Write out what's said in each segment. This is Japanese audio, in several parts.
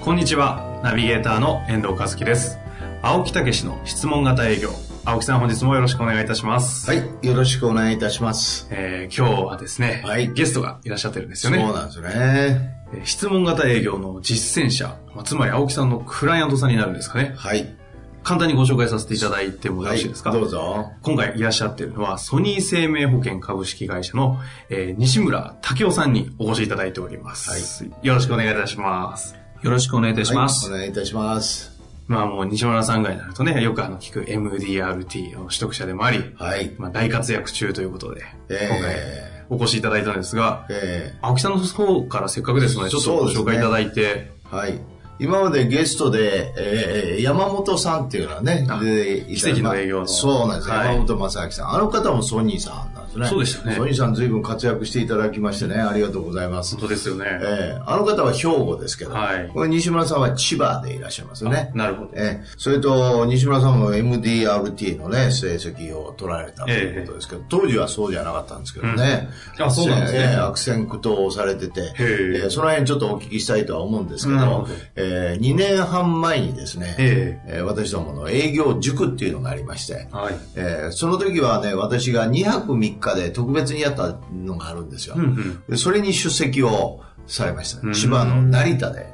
こんにちは。ナビゲーターの遠藤和樹です。青木武の質問型営業。青木さん本日もよろしくお願いいたします。はい。よろしくお願いいたします。えー今日はですね、はいゲストがいらっしゃってるんですそうよね。なんですよね。えー質問型営業の実践者、まあつまり青木さんのクライアントさんになるんですかね。はい。簡単にご紹介させていただいてもよろしいですか、はい、どうぞ。今回いらっしゃってるのは、ソニー生命保険株式会社の、えー西村武夫さんにお越しいただいております。よろしくお願いいたします。よろしくお願いいたはいお願いいたします。まあもう西村さんがになるとね、よくあの聞く MDRT の取得者でもあり、はい。まあ大活躍中ということで、え今回えお越しいただいたんですが、え青木さんの方からせっかくですので、ちょっとご紹介いただいて、えはい。今までゲストで、ええ山本さんっていうのはねあ、で奇跡の営業のそうなんです、はい山本正明さん。あの方もソニーさんなんですね。そうでしたねソニーさん随分活躍していただきましてね、ありがとうございます本。当ですよね。ええあの方は兵庫ですけど、はいこれ西村さんは千葉でいらっしゃいますよね。なるほど。ええそれと、西村さんも MDRT のね、成績を取られたということですけど、当時はそうじゃなかったんですけどね。うんあそうなんですねええ悪戦苦闘をされてて、えええその辺ちょっとお聞きしたいとは思うんですけなるほどど、ええ2年半前にですね、えええ私どもの営業塾っていうのがありまして、はい。ええその時はね、私が2泊3日で特別にやったのがあるんですよ。うんうん。でそれに出席をされましたう。ん千葉の成田で、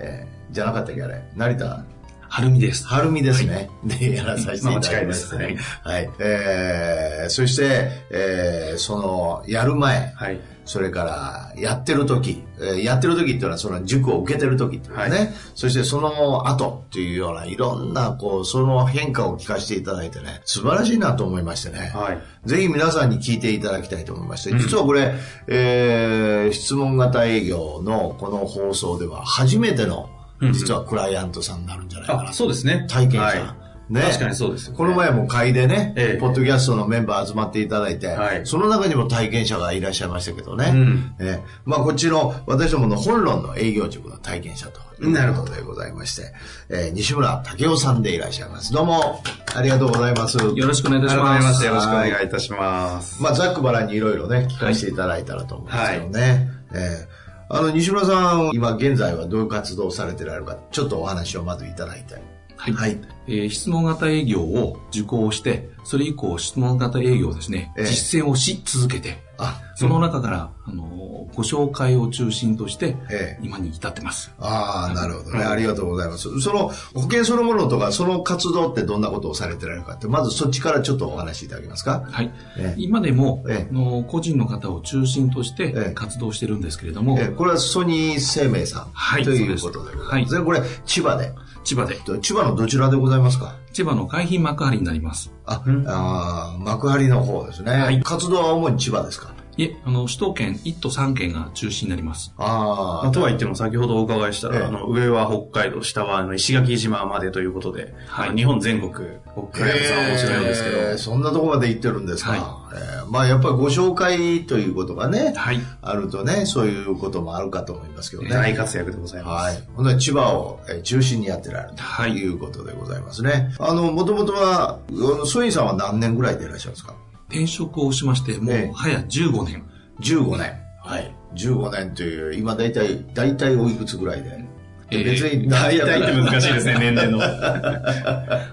ええじゃなかったっけあれ、成田はるみです。はるみですね。で、やらさせていただまあ間違きいでますすねね。はい。えー、そして、えー、その、やる前、はい。それから、やってる時、えーやってる時っていうのは、その塾を受けてる時っていうのはね、はそしてその後っていうような、いろんな、こう、その変化を聞かせていただいてね、素晴らしいなと思いましてね。はい。ぜひ皆さんに聞いていただきたいと思いまして、実はこれ、えー質問型営業のこの放送では初めての、実はクライアントさんになるんじゃないかなあ、そうですね。体験者、はいね確かにそうですよねこの前も会でね、ええポッドキャストのメンバー集まっていただいて、はいその中にも体験者がいらっしゃいましたけどね、うんええまあ、こっちの私どもの本論の営業塾の体験者というなるほことでございまして、ええ西村武夫さんでいらっしゃいますどうもありがとうございますよろしくお願いいたし改まめす。ましてよろしくお願いいたします。まあ、ざっくばらんにいろいろね聞かせていただいたらと思うんですけどね、ええあの西村さん今現在はどういう活動をされてられるかちょっとお話をまずいただいてはいはいえー質問型営業を受講して、それ以降質問型営業をですね、ええ実践をし続けて、あその中から、あのーご紹介を中心として、ええ今に至ってます。ああ、なるほどね。ありがとうございます。その保険そのものとか、その活動ってどんなことをされてられるかって、まずそっちからちょっとお話しいただけますか。はい。ええ今でも、ええあのー個人の方を中心としえてえ活動してるんですけれども、えこれはソニー生命さん、はいということでございます。そでこれ、千葉で。千葉で、千葉のどちらでございますか千葉の海浜幕張になります。あ、あー幕張の方ですね、活動は主に千葉ですかいえ、あの、首都圏1都3県が中心になります。あまああ、とは言っても先ほどお伺いしたら、ええあの上は北海道、下はあの石垣島までということで、はいあの日本全国、北海道さんお知らんですけど、えーそんなとこまで行ってるんですか、はえーまあやっぱりご紹介ということがね、はい。あるとね、そういうこともあるかと思いますけどね。大活躍でございます。はい。ほんで千葉をえー中心にやってられるとはいいうことでございますね。あの、もともとは、あのソニーさんは何年ぐらいでいらっしゃるんですか転職をしまして、もええう、はや15年。 ?15 年。はい。15年という、今大体、大体おいくつぐらいで。ええ別に大体って難しいい。 ですね、年齢の。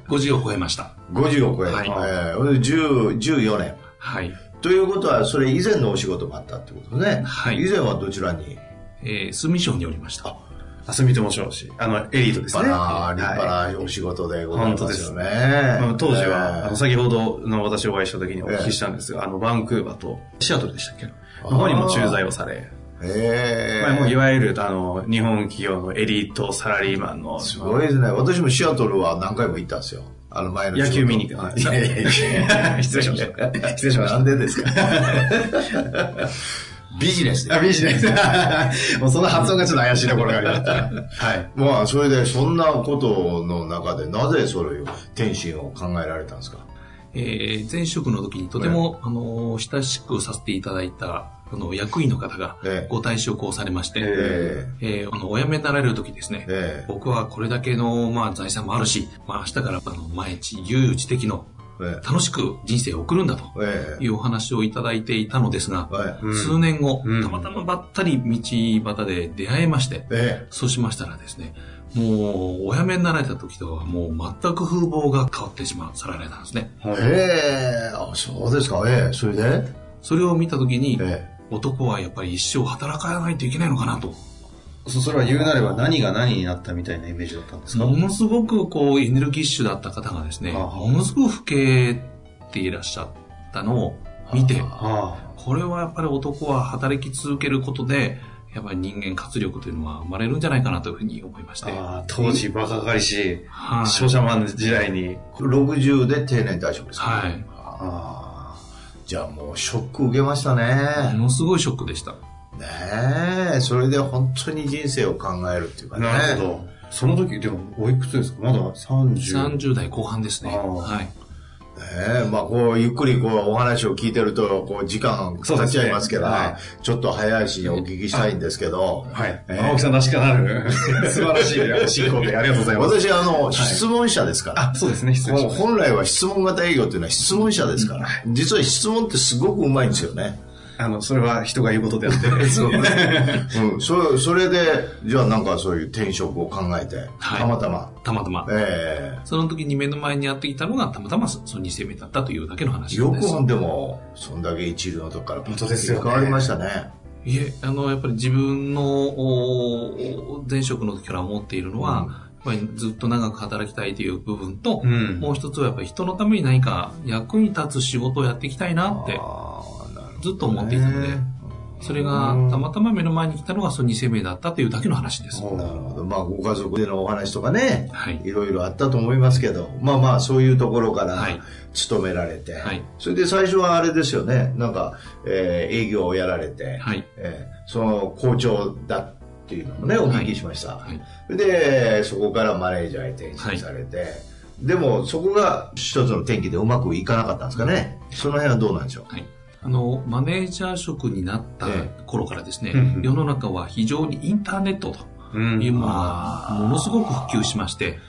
50を超えました。 50を超える。はいえーほんで10 14年。はい。ということは、それ以前のお仕事もあったってことね。はい以前はどちらにえー、住所におりました。あすみと申しますあの、エリートです立ね。派な、立は派なお仕事でございますよねい。まあ当時えは、ーあの先ほどの私お会いした時にお聞きしたんですが、あの、バンクーバーとシアトルでしたっけの方にも駐在をされ、えーまあ、もういわゆる、あの、日本企業のエリートサラリーマンの、すごいですね。私もシアトルは何回も行ったんですよ。あの前の仕事野球見に行くあいやいやい や失礼しました失礼しましたなんでですか。ビジネスであ、ビジネス。もうその発想がちょっと怪しいところがあります。はい。まあ、それで、そんなことの中で、なぜそれを、天心を考えられたんですかえー前職の時にとても、あのー親しくさせていただいたあの役員の方がええご退職をされまして、ええーあのお辞めになられる時ですねえ、え僕はこれだけの、まあ、財産もあるし、まあ、明日からあの毎日悠々自適のええ楽しく人生を送るんだとええいうお話をいただいていたのですが、はいうん数年後、うんたまたまばったり道端で出会いまして、えそうしましたらですね、もうお辞めになられた時とはもう全く風貌が変わってしまう、さられたんですね。えええあ、そうですか。ええそれでそれを見た時に、え男はやっぱり一生働かないといけないのかなと。そそれは言うなれば何が何になったみたいなイメージだったんですか、ものすごくこうエネルギッシュだった方がですね、ああものすごく老けていらっしゃったのを見て、あこれはやっぱり男は働き続けることで、やっぱり人間活力というのは生まれるんじゃないかなというふうに思いましあて。ああ当時バカかりし、はい商社マン時代に。え60で定年退職ですか。はい。ああ。じゃあもう、ショック受けましたね。ものすごいショックでした。ねえ、それで本当に人生を考えるっていうかね。なるほど。その時、でも、おいくつですかまだ 30? 30代後半ですね。ああはい。ねえ、まあこう、ゆっくりこう、お話を聞いてると、こう、時間そうで経っすちねゃいますから、はちょっと早いしにお聞きしたいんですけど、はい。えー青木さんらしくなる。素晴らしい進行でありがとうございます。私、あの、質問者ですから、あ、そうですね、失礼しもうました。本来は質問型営業っていうのは質問者ですから、実は質問ってすごくうまいんですよね。あの、それは人が言うことであって。そうね。うん、そそれで、じゃあなんかそういう転職を考えて、はいたまたま、たまたま。えその時に目の前にやってきたのがたまたまその2世目だったというだけのえ話なよんくです。ほんでも、そんだけ一流のとこから、本当ですよね変わりましたね。いえ、あの、やっぱり自分のおお前職の時から思っているのは、やっぱりずっと長く働きたいという部分 と、うん。もう一つはやっぱり人のために何か役に立つ仕事をやっていきたいなってああ、なるずっと思っていたので、それがうんたまたま目の前に来たのがその2世目だったというだけの話です。ほど。なるほど。まあ、ご家族でのお話とかね、はい。いろいろあったと思いますけど、まあまあ、そういうところからはい勤められて、はいそれで最初はあれですよね、なんか、えー営業をやられて、はい。えーその校長だっていうのもね、お聞きしました。はいで、そこからマネージャーに転身されて、でも、そこが一つの転機でうまくいかなかったんですかね。その辺はどうなんでしょう。あの、マネージャー職になったえ頃からですね、うんうん世の中は非常にインターネットとうんいうものがものすごく普及しまして、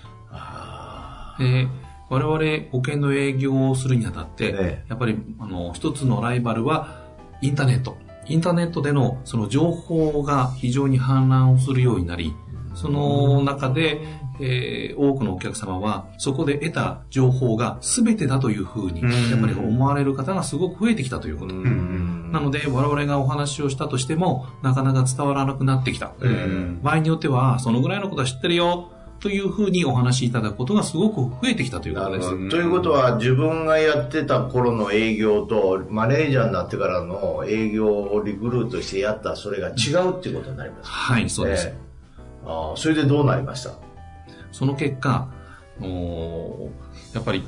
で我々保険の営業をするにあたって、えやっぱりあの一つのライバルはインターネット。インターネットでのその情報が非常に氾濫をするようになり、その中で、えー多くのお客様はそこで得た情報が全てだというふうに、うんやっぱり思われる方がすごく増えてきたということ。うん。なので我々がお話をしたとしてもなかなか伝わらなくなってきた。うん。場合によってはそのぐらいのことは知ってるよというふうにお話しいただくことがすごく増えてきたというこなとるですほ。どということは自分がやってた頃の営業とマネージャーになってからの営業をリクルートしてやったそれが違うっていうことになりますはい、そうです。ええああそれでどうなりましたその結果、おーやっぱり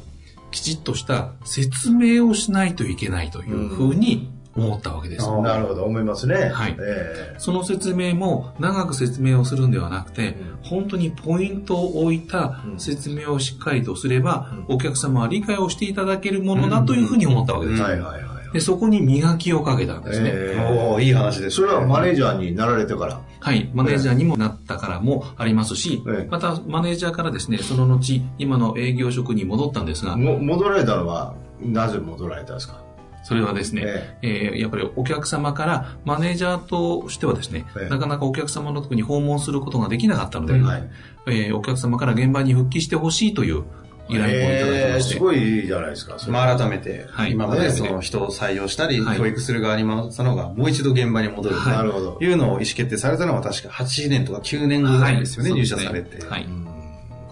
きちっとした説明をしないといけないというふうに思ったわけです。あーなるほど思いますねはいえその説明も長く説明をするんではなくてうん、本当にポイントを置いた説明をしっかりとすれば、お客様は理解をしていただけるものだというふうに思ったわけえです。はいはいはいでそこに磨きをかけたんですね。ええおーいい話です。それはマネージャーになられてからはい、マネージャーにもなったからもありますしええ、またマネージャーからですね、その後、今の営業職に戻ったんですが、も戻られたのはなぜ戻られたんですかそれはですね、ええーやっぱりお客様からマネージャーとしてはですね、ええなかなかお客様のとこに訪問することができなかったので、はいえーお客様から現場に復帰してほしいという依頼をいただきえまえして、すごいいいじゃないですかそれまあ、改めては、い今まで改めそての人を採用したり、はい教育する側に回したのが、もう一度現場に戻る。はいなるほどいうのを意思決定されたのは確か8年とか9年後ぐらいですよね、はい入社されて。はい、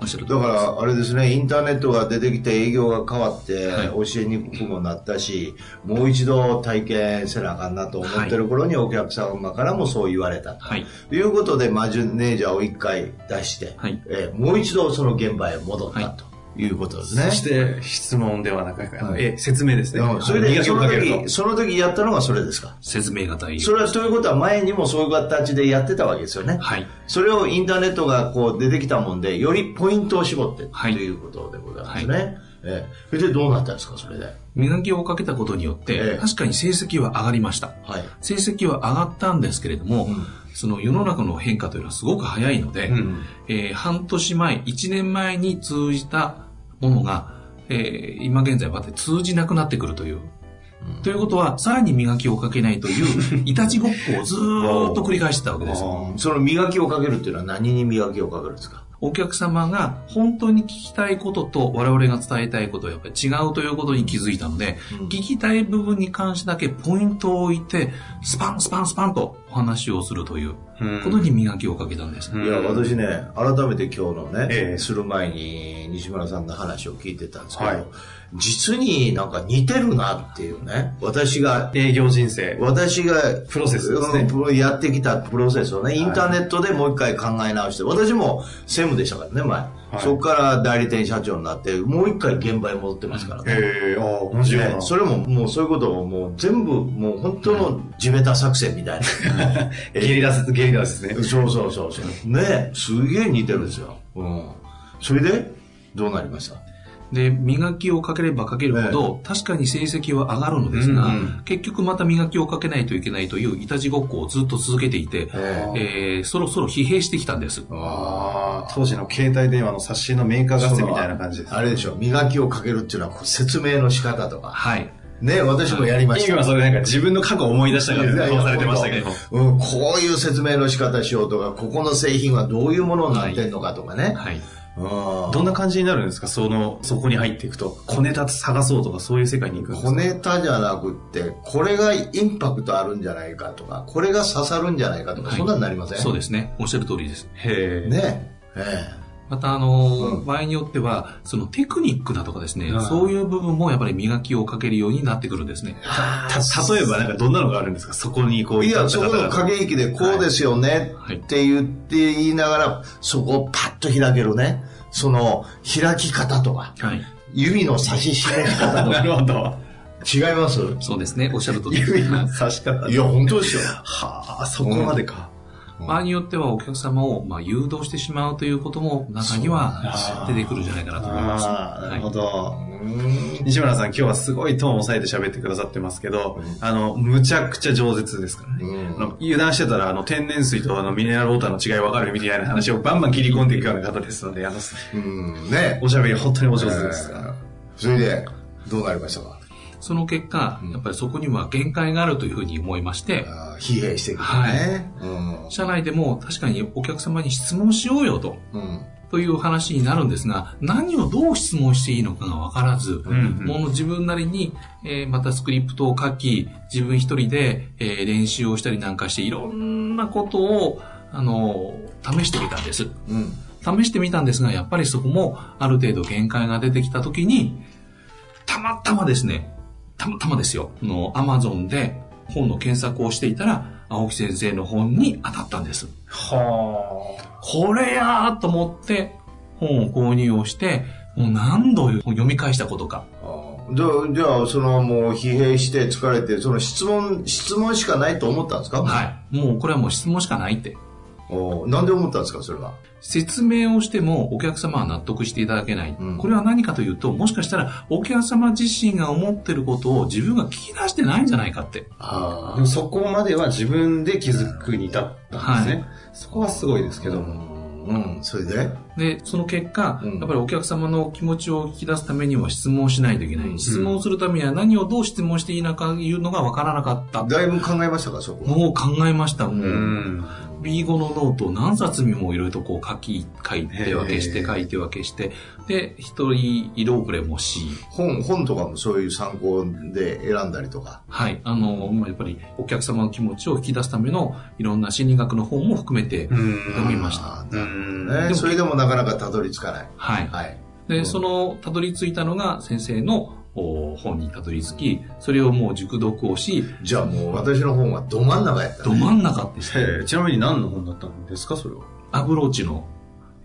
おっしゃる通だりかですら、あれですね、インターネットが出てきて営業が変わって、はい教えにくくもなったし、もう一度体験せなあかんなと思ってる頃にお客様からもそう言われた。はい、ということで、マジュネージャーを一回出して、はいえーもう一度その現場へ戻ったと。いうことですね。そして、質問ではなく、あのはいえ、説明ですねう。んそれで、そをのかけると時、。その時やったのがそれですか。説明が大そ事。れは、ということは前にもそういう形でやってたわけですよね。はい。それをインターネットがこう出てきたもんで、よりポイントを絞ってということでございますね。ええそれでどうなったんですか、それで。磨きをかけたことによって、ええ確かに成績は上がりました。はい。成績は上がったんですけれども、うんその世の中の変化というのはすごく早いので、うんえー半年前、1年前に通じたものが、えー今現在まで通じなくなってくるという。ということは、さらに磨きをかけないと いう、いたちごっこをずーっと繰り返してたわけです。その磨きをかけるっていうのは何に磨きをかけるんですかお客様が本当に聞きたいことと我々が伝えたいことはやっぱり違うということに気づいたので、うん聞きたい部分に関してだけポイントを置いて、スパンスパンスパンとお話をするということに磨きをかけたんです。いや、私ね、改めて今日のね、ええする前に西村さんの話を聞いてたんですけど、はい実になんか似てるなっていうね、私が、営業人生。私が、プロセスですねうんプロやってきたプロセスをね、インターネットでもう一回考え直して、私も専務でしたからね、前。いそこから代理店社長になって、もう一回現場へ戻ってますからね。ええ、ああ、面白いねな。それももうそういうことをもう全部もう本当の地べた作戦みたいな、 ゲリラス、ゲリラですね。そうそうそうそう。ねすげえ似てるんですよ。うん。それで、どうなりましたで、磨きをかければかけるほど、確かに成績は上がるのですが、うん結局また磨きをかけないといけないといういたちごっこをずっと続けていて、ええーそろそろ疲弊してきたんです。ああ、当時の携帯電話の冊子のメーカー合戦みたいな感じです。あれでしょ、磨きをかけるっていうのはこう説明の仕方とか。はい。ね私もやりました。今それなんか自分の過去を思い出したからね顔されてましたけど。うん、こういう説明の仕方しようとか、ここの製品はどういうものになってんのかとかね。はい。うん。どんな感じになるんですかその、そこに入っていくと。小ネタ探そうとかそういう世界に行くんですか小ネタじゃなくって、これがインパクトあるんじゃないかとか、これが刺さるんじゃないかとか、はいそんなになりませんそうですね。おっしゃる通りです。へえ。ねえまた、あのーうん場合によっては、そのテクニックだとかですね、うんそういう部分もやっぱり磨きをかけるようになってくるんですね。た例えばなんかどんなのがあるんですかそこにこうえ。行いったや、そこの方々駆け引きでこうですよね、はいっ。て言って言いながら、そこをパッと開けるね。その、開き方とか、はい。指の差し示し方となか、るほど。違いますそうですね。おっしゃる通りで す。指の差し 方。いや、本当ですよ。はあ、そこまでか。場合によってはお客様をまあ誘導してしまうということも中には出てくるんじゃないかなと思います。ああ、なるほど。うん西村さん、今日はすごいトーンを抑えて喋ってくださってますけど、あの、むちゃくちゃ饒舌ですからね。うんあの油断してたら、あの、天然水とあの、ミネラルウォーターの違い分かるみたいな話をバンバン切り込んでいくような方ですので、あの、うん、ねおしゃべり本当にお上手ですから。それで、どうなりましたかその結果、やっぱりそこには限界があるというふうに思いまして、あー疲弊してくるね。社内でも確かにお客様に質問しようよと。うん。うん。という話になるんですが、何をどう質問していいのかが分からず、んもう自分なりに、えーまたスクリプトを書き、自分一人で、えー練習をしたりなんかして、いろんなことを、あのー試してみたんです。うん。試してみたんですが、やっぱりそこもある程度限界が出てきたときに、たまたまですね、たまたまですよ、あの、アマゾンで本の検索をしていたら、青木先生の本に当たったんです。はこれやーと思って、本を購入をして、もう何度読み返したことか。あーじゃあ、じゃあ、そのもう疲弊して疲れて、その質問、質問しかないと思ったんですかはい。もうこれはもう質問しかないって。おーなんで思ったんですか、それは。説明をしてもお客様は納得していただけない、うんこれは何かというともしかしたらお客様自身が思ってることを自分が聞き出してないんじゃないかってああ。でもそこまでは自分で気づくに至ったんですね。そこはすごいですけども。うん、それででその結果、うんやっぱりお客様の気持ちを聞き出すためには質問しないといけない、質問するためには何をどう質問していいのかいうのが分からなかった、だいぶ考えましたか、そこは。もう考えました、もううん。 B5 のノートを何冊にもいろいろとこう書き書いて分けして書いて分けしてで一人色遅れもし本、本とかもそういう参考で選んだりとか。はい。あの、まあ、やっぱりお客様の気持ちを引き出すためのいろんな心理学の本も含めてうん読みました。あーうんねでもそれでもなかなかたどり着かない。はい。はい。で、その、たどり着いたのが先生のお本にたどり着き、それをもう熟読をし、じゃあもう私の本はど真ん中やったどね。真ん中でした。へえちなみに何の本だったんですかそれは。アブローチの、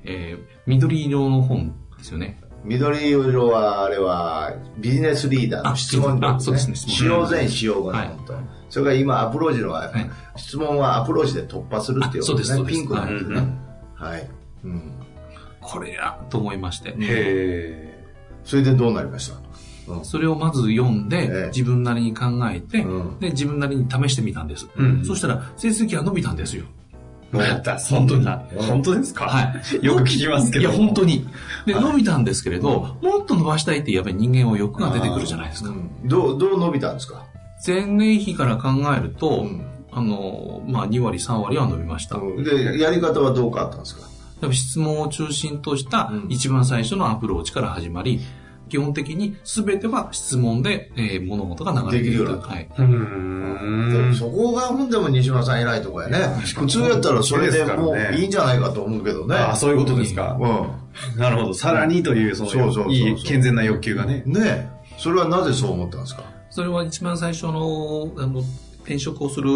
えー緑色の本ですよね。緑色は、あれは、ビジネスリーダーの質問あ力そうですね使用前、使用後のこと。それから今、アプローチのは、はい質問はアプローチで突破するっていうことあそうですそうですピンクなんですうね。はい。うん。これやと思いまして、へそれでどうなりましたうんそれをまず読んで、ええ自分なりに考えて、うんで、自分なりに試してみたんです。うんそしたら、成績が伸びたんですよ。え。また、本当に。本当ですか。はいよく聞きますけいど。や、本当に。に。で、伸びたんですけれど、もっと伸ばしたいって、やっぱり人間は欲が出てくるじゃないですうか。んどう、どう伸びたんですか前年比から考えると、んあの、まあ、2割、3割は伸びました。で、やり方はどう変わったんですかやっぱ質問を中心としたうん一番最初のアプローチから始まり、基本的に全ては質問で、えー物事が流れていできるよる。うになったはい。うーでん。そこが、ほんでも西村さん偉いとこやね。普通やったらそれでもういいんじゃないかと思うけどね。あそういうことですか。うなるほど。さらにという、そそうそうそうその、ういい健全な欲求がね。ん。ねえそれはなぜそう思ったんですかそれは一番最初の、あの、転職をする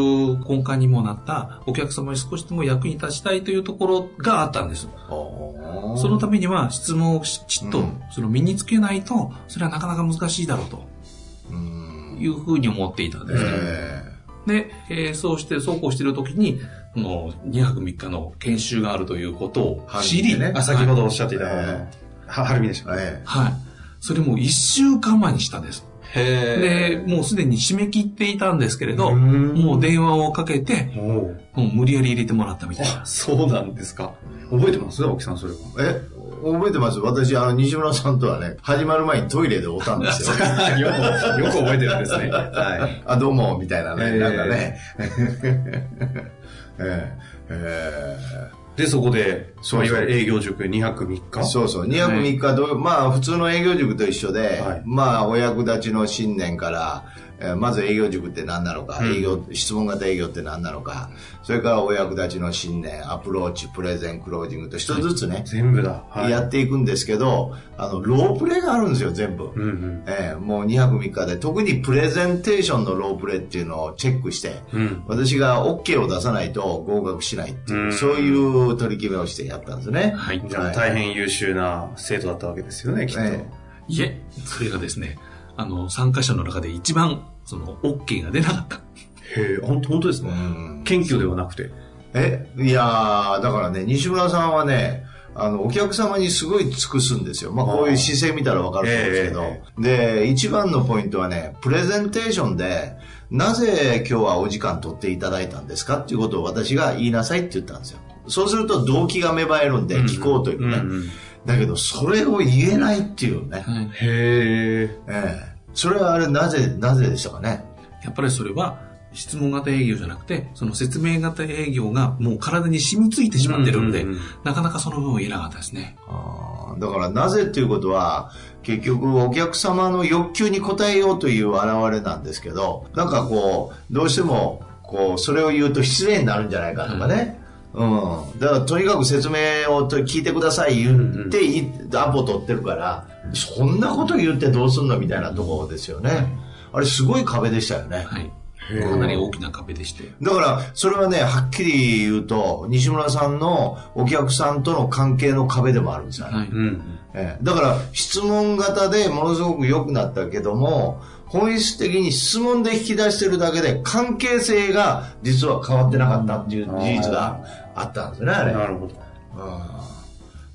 根幹にもなった、お客様に少しでも役に立ちたいというところがあったんです。そそのためには質問をきちっと、うんその身につけないと、それはなかなか難しいだろうとうん。いうふうに思っていたんですね。えで、えーそうして、そうこうしている時に、この2泊3日の研修があるということを知り、春にねあ、先ほどおっしゃっていた、えははるみでしえた。えはい。それも1週間前にしたんです。へで、もうすでに締め切っていたんですけれど、うんもう電話をかけて、おうもう無理やり入れてもらったみたいなあ、。そうなんですか。覚えてます青木さん、それは。え。え覚えてます私、あの、西村さんとはね、始まる前にトイレでおった んですよ。よく、よく覚えてるんですね。はい。あ、どうも、みたいなえね。えなんかね。 えええで、そこで、そまうそうあいわゆる営業塾2泊3え日。そうそう。2泊3日どう、まあ、普通の営業塾と一緒で、はいまあ、お役立ちの信念から、えーまず営業塾って何なのか、うん営業、質問型営業って何なのか、それからお役立ちの信念、アプローチ、プレゼン、クロージングと一つずつね、全部だ。はい。やっていくんですけど、あの、ロープレがあるんですよ、全部。うんうん。ええもう2泊3日で、特にプレゼンテーションのロープレっていうのをチェックして、うん。私が OK を出さないと合格しないっていう、うんそういう取り決めをしてやったんですね。はい。じゃあ、はい大変優秀な生徒だったわけですよね、きっと。えいえ、それがですね、あの、参加者の中で一番、その、OK が出なかった。へえ、ほん本当ですうね。ん謙虚ではなくて。え、いやーだからね、西村さんはね、あの、お客様にすごい尽くすんですよ。まあ、こういう姿勢見たらわかると思うんですけど、えで、一番のポイントはね、プレゼンテーションで、なぜ今日はお時間取っていただいたんですかっていうことを私が言いなさいって言ったんですよ。そうすると動機が芽生えるんで聞こうというね。うんうんだけど、それを言えないっていうね。はいへえ。ええそれはあれなぜ、なぜでしたかね。やっぱりそれは質問型営業じゃなくて、その説明型営業がもう体に染みついてしまってるんで、うんうんうんなかなかその部分を言えなかったですね。あーだからなぜっていうことは、結局お客様の欲求に応えようという現れなんですけど、なんかこう、どうしても、こう、それを言うと失礼になるんじゃないかとかね。うん。だからとにかく説明をと聞いてください言って、いアポ取ってるから、そんなこと言ってどうすんのみたいなところですよね。あれすごい壁でしたよね。はい。かなり大きな壁でして。だから、それはね、はっきり言うと、西村さんのお客さんとの関係の壁でもあるんですよね。はい。うん。ええだから、質問型でものすごく良くなったけども、本質的に質問で引き出してるだけで、関係性が実は変わってなかったっていう事実があったんですね、あれ。なるほど。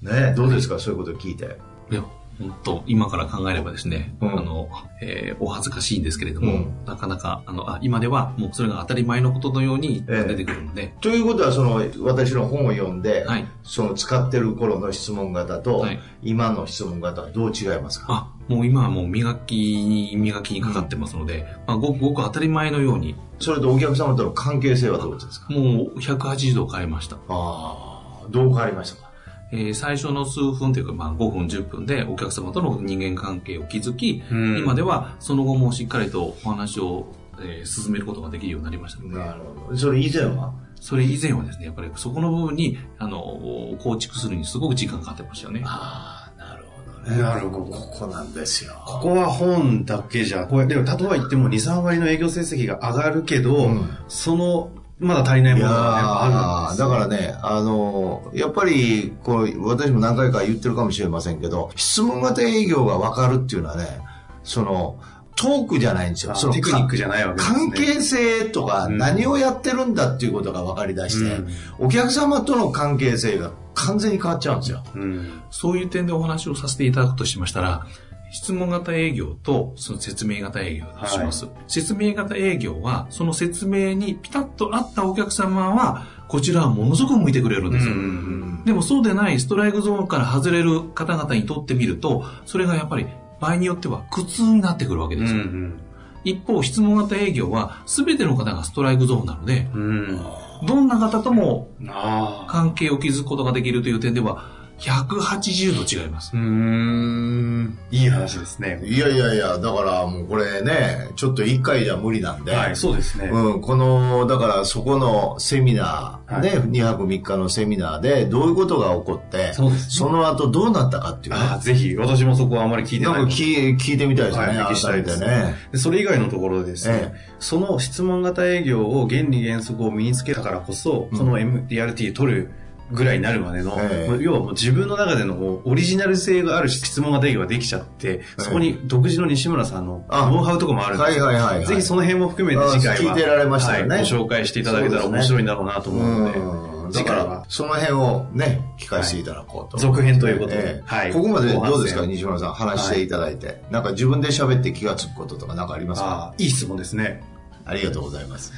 うんねえどうですか、そういうこと聞いて。いや、本当今から考えればですね、うんあの、えーお恥ずかしいんですけれども、うんなかなか、あの、あ今ではもうそれが当たり前のことのようにええ出てくるので、ということは、その、私の本を読んで、はいその使ってる頃の質問型と、はい今の質問型はどう違いますかあ、もう今はもう磨きに、磨きにかかってますので、まあ、ごくごく当たり前のように、それとお客様との関係性はどうですかもう180度変えました。ああ、どう変わりましたかえー最初の数分というか、まあ、5分10分でお客様との人間関係を築き、うん今ではその後もしっかりとお話を、えー進めることができるようになりましたので、なるほど。それ以前はそれ以前はですねやっぱりそこの部分にあの構築するにすごく時間かかってましたよねああ、なるほどねなるほど。ここなんですよ。ここは本だけじゃ、これ、でも、例えば言っても2、3割の営業成績が上がるけど、うんそのまだ足りないいもやのがやっぱあるんでーす。だからね、あの、やっぱり、こう、私も何回か言ってるかもしれませんけど、質問型営業が分かるっていうのはね、その、トークじゃないんですよ。あそのテクニックじゃないわけですね。関係性とかうん何をやってるんだっていうことが分かりだして、お客様との関係性が完全に変わっちゃうんですよ。うん。そういう点でお話をさせていただくとしましたら、質問型営業とその説明型営業とします。説明型営業は、その説明にピタッと合ったお客様は、こちらはものすごく向いてくれるんうですよ。ん。でもそうでないストライクゾーンから外れる方々にとってみると、それがやっぱり場合によっては苦痛になってくるわけうですよ。ん。一方、質問型営業は全ての方がストライクゾーンなので、うん。どんな方ともああ。関係を築くことができるという点では、180度違います。うーん。いい話ですね。いやいやいや、だからもうこれね、ちょっと一回じゃ無理なんで、はい、そうですね。うん、この、だからそこのセミナー、ね、2泊3日のセミナーでどういうことが起こって、そうですねその後どうなったかっていうね、ああ、ぜひ、私もそこはあまり聞いてなないんのかで。聞い聞いてみたいですね、はい聞きたいです改めてね。でそれ以外のところでですね、えその質問型営業を原理原則を身につけたからこそ、うんこの MDRT 取るぐらいになるまでの、ええもう要はもう自分の中でのもうオリジナル性がある質問型営業ができちゃって、そこに独自の西村さんのあノウハウとかもあるんではいはいはい、はい。ぜひその辺も含めて次回はあ聞いてられましたよねはいご紹介していただけたらそうですね面白いんだろうなと思うので、うんだ次か回らは、その辺をね、聞かせていただこうと。続編ということでええはいここまでどうです後半か、戦西村さん、話していただいて。なんか自分で喋って気がつくこととかなんかありますかあーいい質問ですね。ありがとうございます。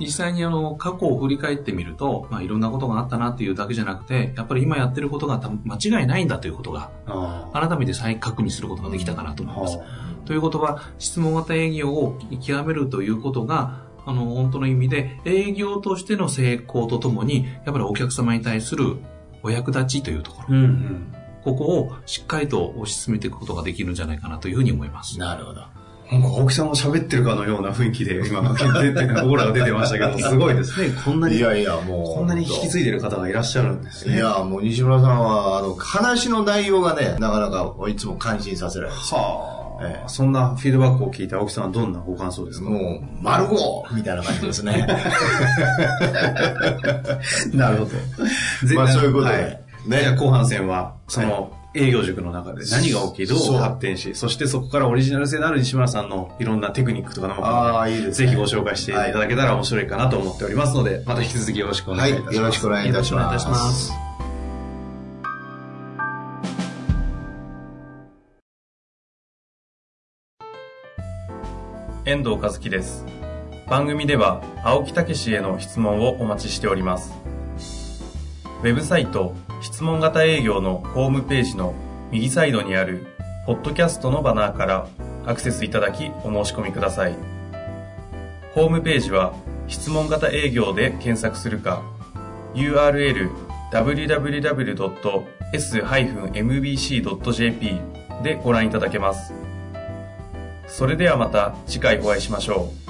実際にあの過去を振り返ってみると、まあ、いろんなことがあったなっていうだけじゃなくてやっぱり今やってることがた間違いないんだということがあー改めて再確認することができたかなと思います。はということは質問型営業を極めるということがあの本当の意味で営業としての成功とともにやっぱりお客様に対するお役立ちというところ、あうんうんここをしっかりと推し進めていくことができるんじゃないかなというふうに思います。なるほど。なんか青木さんも喋ってるかのような雰囲気 で、今、出てオーラが出てましたけど、すごいですね。こんないに、やいや、もう。こんなに引き継いでる方がいらっしゃるんですね。いや、もう西村さんは、あの、話の内容がね、なかなかいつも感心させられる。はあ、ええそんなフィードバックを聞いた青木さんはどんなご感想ですかもう、丸ごみたいな感じですね。 なるほどまあそういうことでねね。じゃあ後半戦は、その、営業塾の中で何が起き、どうそう発展し、そしてそこからオリジナル性のある西村さんのいろんなテクニックとかのああ、いいですぜね。ひご紹介していただけたら面白いかなと思っておりますので、また引き続きよろしくお願いいたします。はいよろしくお願いいたしよますろくお願いいたします。遠藤和樹です番組では青木武氏への質問をお待ちしておりますウェブサイト質問型営業のホームページの右サイドにあるポッドキャストのバナーからアクセスいただきお申し込みくださいホームページは質問型営業で検索するか URL www.s-mbc.jp でご覧いただけますそれではまた次回お会いしましょう